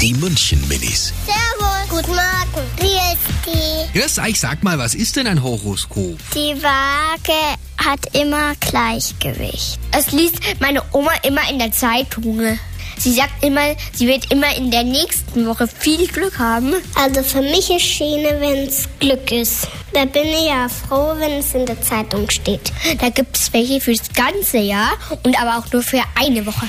Die München-Minis. Servus. Guten Morgen. Wie ist die? Grüß euch, sag mal, was ist denn ein Horoskop? Die Waage hat immer Gleichgewicht. Es liest meine Oma immer in der Zeitung. Sie sagt immer, sie wird immer in der nächsten Woche viel Glück haben. Also für mich ist Schiene, wenn es Glück ist. Da bin ich ja froh, wenn es in der Zeitung steht. Da gibt es welche fürs ganze Jahr und aber auch nur für eine Woche.